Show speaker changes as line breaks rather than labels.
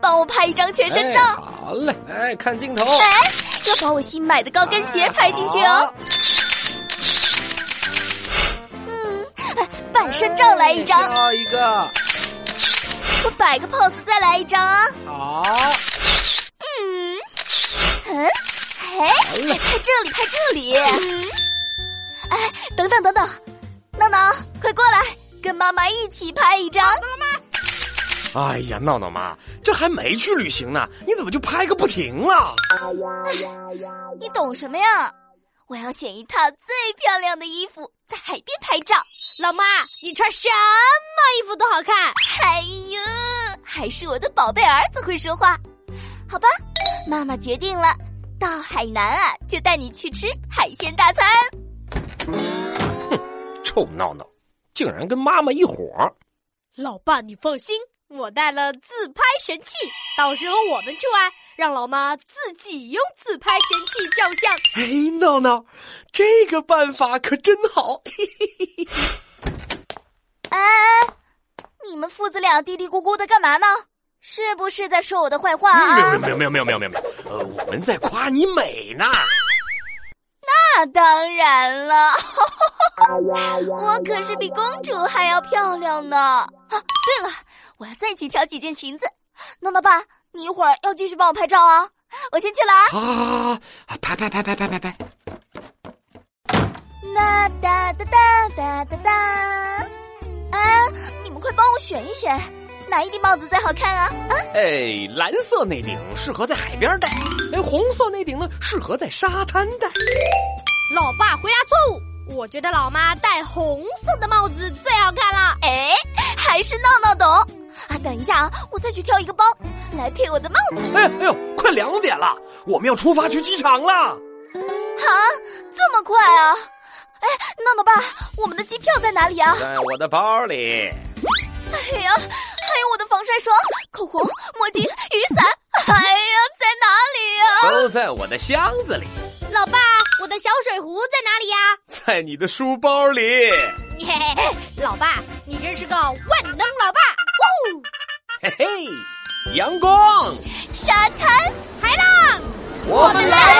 帮我拍一张全身照。
哎好嘞，哎，看镜头。
哎，要把我新买的高跟鞋拍进去哦。嗯，哎半身照来一张，
要一个，
我摆个 pose 再来一张啊。
好，
嗯，嗯，哎，拍这里，拍这里。嗯，哎，等等等等，闹闹，快过来，跟妈妈一起拍一张。
哎呀，闹闹妈，这还没去旅行呢，你怎么就拍个不停了？
你懂什么呀？我要选一套最漂亮的衣服，在海边拍照。
老妈，你穿什么衣服都好看。
哎呦，还是我的宝贝儿子会说话。好吧，妈妈决定了，到海南啊，就带你去吃海鲜大餐。
臭闹闹，竟然跟妈妈一伙儿。
老爸，你放心，我带了自拍神器，到时候我们去玩，让老妈自己用自拍神器照相。
哎，闹闹，这个办法可真好。
哎，你们父子俩嘀嘀咕咕的干嘛呢？是不是在说我的坏话啊？
没有没有没有没有没有没有，呃，我们在夸你美呢。
那当然了， 我可是比公主还要漂亮呢。啊，对了，我要再去挑几件裙子。闹闹爸，你一会儿要继续帮我拍照啊，我先去了啊。
啊，拍拍拍拍拍拍拍。
哒哒哒哒哒哒哒！哎，你们快帮我选一选，哪一顶帽子最好看啊？啊，
哎，蓝色那顶适合在海边戴，哎，红色那顶呢适合在沙滩戴。
老爸回答错误，我觉得老妈戴红色的帽子最好看了。
哎，还是闹闹懂啊！等一下啊，我再去挑一个包来配我的帽子
哎哎呦，快两点了，我们要出发去机场了。
啊！这么快啊？哎，闹闹爸，我们的机票在哪里啊？
在我的包里。
哎呀，还有我的防晒霜、口红、墨镜、雨伞，哎呀，在哪里呀、
都在我的箱子里，
老爸，我的小水壶在哪里呀、
在你的书包里。
嘿嘿嘿， 老爸，你真是个万能老爸！哇哦，
嘿嘿，阳光，
沙滩，
海浪。
我
们来